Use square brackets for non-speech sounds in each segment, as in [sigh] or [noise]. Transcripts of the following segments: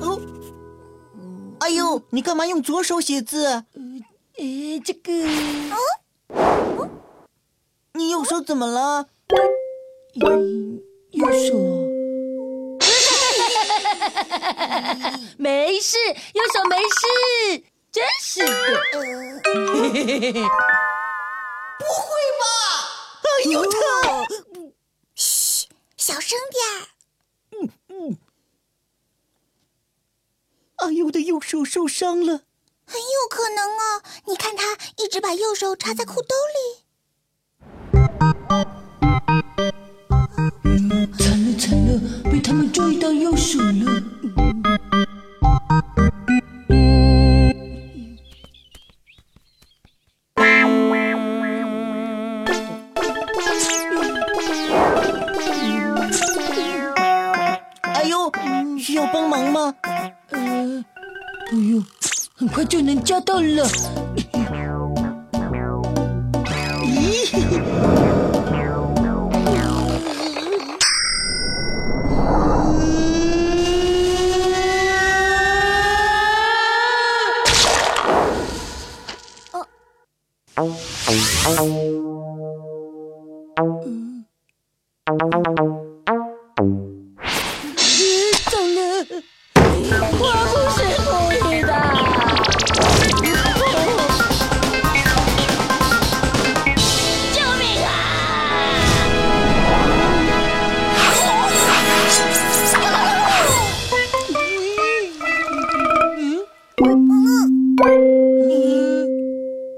哦哎干嘛用左手写字？呃，这个哦你右手怎么了？嗯，右手 [laughs] 没事，右手没事，真是的。哎呦疼！小声点儿。哎呦，我的右手受伤了。很有可能哦，你看他一直把右手插在裤兜里。惨了惨了，被他们注意到右手了。哎呦，需要帮忙吗？呃，哎呦，很快就能加到了。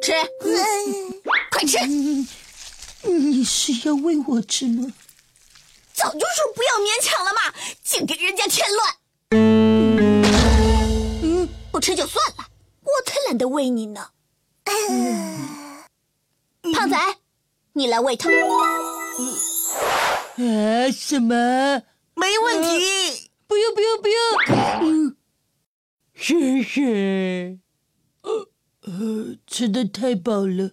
吃，嗯，快吃！你是要喂我吃吗？早就说不要勉强了嘛，净给人家添乱。嗯，不吃就算了，我才懒得喂你呢。嗯胖仔，你来喂他。呃啊，什么？没问题。不用不用不用。嗯，谢谢。呃呃，吃的太饱了，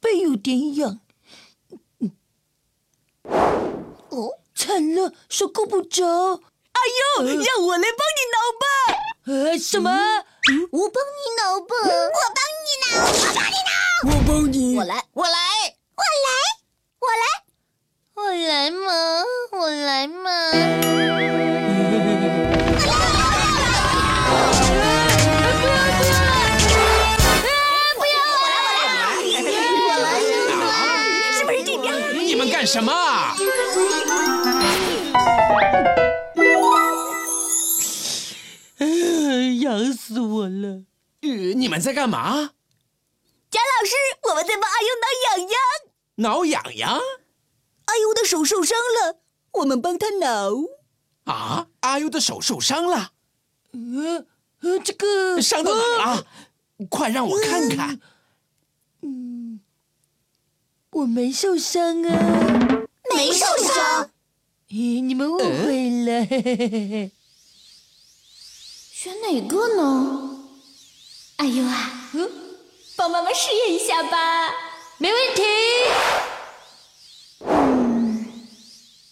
背有点痒。哦，惨了，手够不着。哎呦，让我来帮你挠吧。呃，什么？我帮你挠吧。我帮你挠，我我帮你帮你我来，我来，我来，我来，我来嘛，我来嘛。你们干什么啊？呃，痒死我了。呃，你们在干嘛？贾老师，我们在帮阿优挠痒痒。挠痒痒阿优的手受伤了，我们帮他挠。啊？阿优的手受伤了，呃呃，这个伤到哪了？快让我看看。我没受伤啊。没受伤，咦，你们误会了。嘿嘿嘿嘿嘿选哪个呢？哎呦啊，嗯帮妈妈试验一下吧，没问题。嗯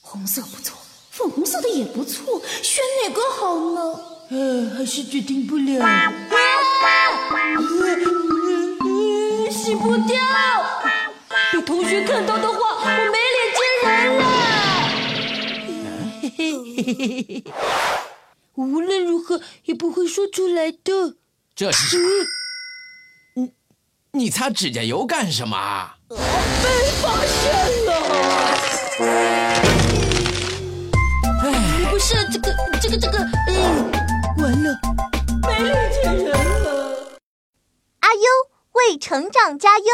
红色不错，粉红色的也不错，选哪个好呢？呃，还是决定不了。呃呃洗不掉，被同学看到的话，我没脸见人了。我 [laughs] 无论如何也不会说出来的。嗯这是你擦指甲油干什么啊？不是这个这个这个，嗯，完了，阿优为成长加油。